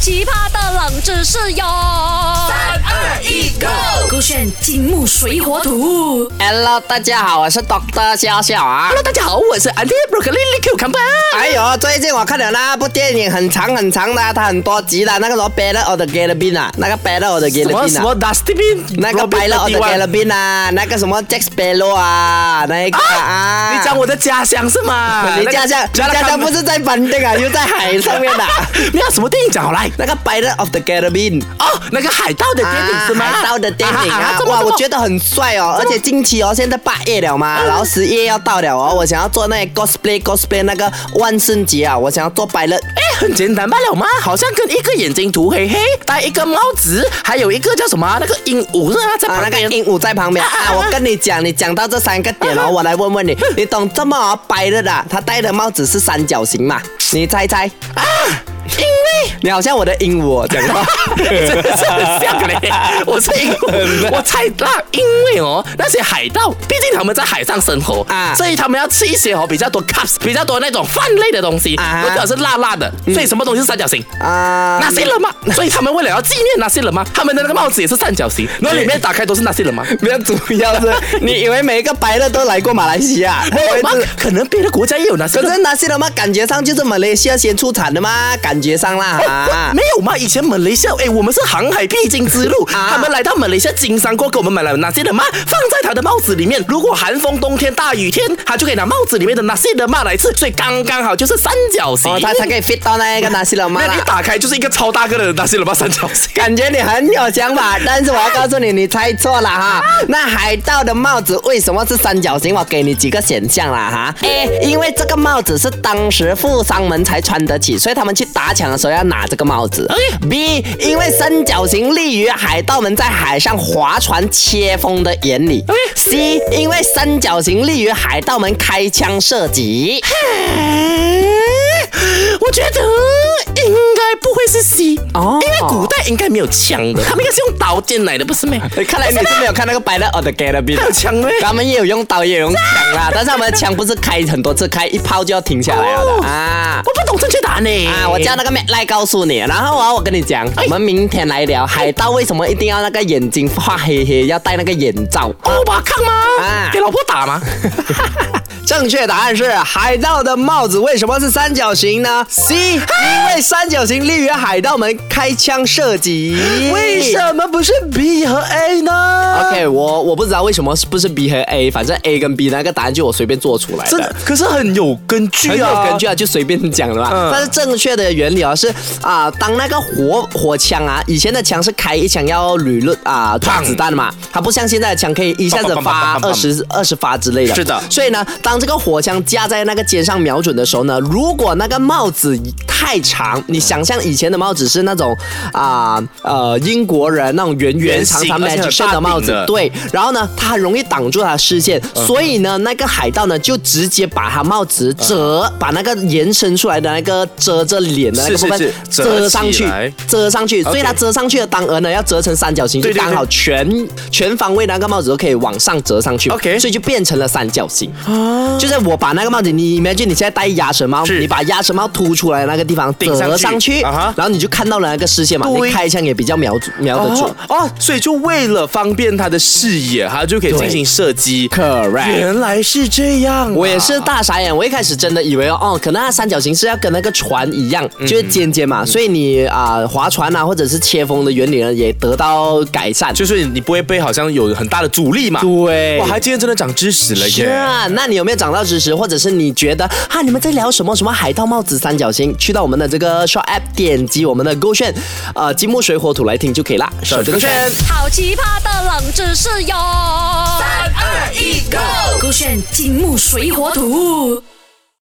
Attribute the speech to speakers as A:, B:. A: 奇葩的冷知识哟！三
B: 二一，Go！
A: 勾选金木水火土。
C: Hello，大家好，我是 Doctor 小小啊。
B: Hello，大家好，我是 Andy Broccoli Cucumber。
C: 哎呦，最近我看了那部电影，很长很长的，啊它很多集的，那个什么《Battle of the Galabin》啊，那个《Battle of the
B: 什么
C: Galabin
B: 什》
C: 啊
B: 么，Dustbin？
C: 那个《
B: 白
C: Battle of the Galabin》啊，那个什么 Jack Sparrow 啊，那一个啊，
B: 你讲我的家乡是吗？
C: 你家乡，
B: 那
C: 家
B: 个
C: 乡不？是在本地啊，又在海上 面的。啊
B: 你要什么电影讲好来？
C: 那个《Battle of the Galabin》。
B: 哦，那个海盗的电影是吗？
C: 海盗的电影啊，
B: 这么
C: 哇，
B: 这么嗯
C: 我觉得很帅哦，而且近期哦，现在八月了嘛，然后十月要到了哦，我想要做那个 cosplay cosplay 那个万圣节啊，我想要做白人。
B: 哎，很简单罢了嘛，好像跟一个眼睛涂黑黑，戴一个帽子，还有一个叫什么啊那个鹦鹉是吗？在
C: 啊，
B: 旁
C: 那个
B: 边。
C: 鹦鹉在旁边啊
B: 啊啊啊嗯
C: 我跟你讲，你讲到这三个点哦，我来问问你，你懂这么哦白人啊，他戴的帽子是三角形嘛？你猜猜？
B: 啊，因为。
C: 你好像我的鹦鹉、哦、讲 话。
B: 真的是很像嘞！我是因为我猜那因为哦，那些海盗毕竟他们在海上生活
C: 啊
B: 所以他们要吃一些哦比较多 cups，比较多那种饭类的东西，
C: 啊
B: 或者是辣辣的，所以什么东西是三角形？
C: 啊，
B: 那些 人嘛，所以他们为了要纪念那些人嘛，他们的那个帽子也是三角形，然后里面打开都是那些人 嘛。
C: 比较主要是，你以为每一个白人都来过马来西亚？
B: 没有
C: 我
B: 吗
C: 一直？
B: 可能别的国家也有那些
C: 可
B: 人
C: 是。那些的嘛，感觉上就是马来西亚先出产的嘛，感觉上啦哈
B: 没。有嘛？以前马来西亚，哎，我们是航海必经之路，
C: 啊
B: 他们来到马来西亚经商过，给我们买了哪些的嘛？放在他的帽子里面，如果寒风、冬天、大雨天，他就可以拿帽子里面的哪些的嘛来吃，所以刚刚好就是三角形。
C: 哦，他才可以 fit 到那一个纳西老妈
B: 那一
C: 啦。
B: 打开就是一个超大个的哪些的嘛三角 形。
C: 感觉你很有想法，但是我要告诉你，你猜错了哈。那海盗的帽子为什么是三角形？我给你几个选项啦哈。A，因为这个帽子是当时富商们才穿得起，所以他们去打抢的时候要拿这个帽子。
B: 哎
C: B，因为三角形利于海盗们在海上划船切风的原理。C，因为三角形利于海盗们开枪射击。
B: 我觉得应该不会是 C
C: 哦
B: 因为古代应该没有枪的，他们应该是用刀剑来的，不是咩？
C: 哎看来你是没有看那个《白的 or the g a 啊 l a b i
B: 还有枪 咩？
C: 他们也有用刀，也有用枪啦，但是他们的枪不是开很多次，开一炮就要停下来了
B: 哦
C: 的啊。
B: 我不懂正确答案呢。
C: 啊！我叫那个 Matt 来告诉你，然后啊，我跟你讲，我们明天来聊海盗为什么一定要那个眼睛画黑黑，要戴那个眼罩。
B: 欧巴康吗
C: 啊？
B: 给老婆打吗？
C: 正确答案是海盗的帽子为什么 是三角形呢？C，因为三角形利于海盗们开枪射击。
B: 么不是 B 和 A 呢
C: ？OK，我我不知道为什么是不是 B 和 A，反正 A 跟 B 那个答案就我随便做出来
B: 真
C: 的
B: 的。，可是很有根据
C: 很有
B: 啊，
C: 根据啊，就随便讲了嘛。
B: 嗯
C: 但是正确的原理啊是啊、当那个火火枪啊，以前的枪是开一枪要捋论啊打
B: 砰
C: 子弹的嘛，它不像现在的枪可以一下子
B: 砰砰砰
C: 发
B: 砰砰
C: 二
B: 砰
C: 十二十发之类的。
B: 是的
C: 所以呢，当这个火枪架在那个尖上瞄准的时候呢，如果那个帽子太长，你想象以前的帽子是那种啊呃英国人那种圆圆
B: 圆
C: 长
B: 形
C: 长
B: 而且很
C: magician 的
B: 大
C: 帽
B: 顶
C: 子，
B: 的嗯
C: 对。对，然后呢，它很容易挡住他的视线，所以呢，那个海盗呢就直接把他帽子折，把那个延伸出来的那个遮着脸的那个部
B: 嗯是
C: 分
B: 是是
C: 遮
B: 折
C: 上
B: 起
C: 去
B: 来，
C: 遮上去，所以
B: OK
C: 它遮上去的当呃额呢要折成三角形，就
B: 对对对
C: 刚好全全方位那个帽子都可以往上折上去
B: OK 啊
C: 所以就变成了三角形。就是我把那个帽子，你 imagine 你现在戴鸭舌帽，
B: 是
C: 你把鸭舌帽凸出来的那个地方
B: 顶上去
C: 折上去，
B: 啊哈
C: 然后你就看到了那个视线嘛，
B: 对
C: 你开枪也比较瞄准瞄得准
B: 哦。哦，所以就为了方便他的视野，他就可以进行射击。
C: Correct
B: 原来是这样啊、
C: 我也是大傻眼，我一开始真的以为哦，哦可能它三角形是要跟那个船一样，
B: 嗯
C: 就是尖尖嘛，所以你啊、划船啊，或者是切风的原理呢，也得到改善。
B: 就是你不会被好像有很大的阻力嘛。
C: 对
B: 哇，还今天真的长知识了
C: 是
B: 耶！
C: 啊，那你有没有长到知识，或者是你觉得啊，你们在聊什么什么海盗帽子三角形？去到我们的这个 s h o p App 点击我们的勾选，呃，金木水火土来听就可以啦。
B: 手这个圈
A: 好奇葩的冷知识哟！三二一，Go！勾选金木水火土。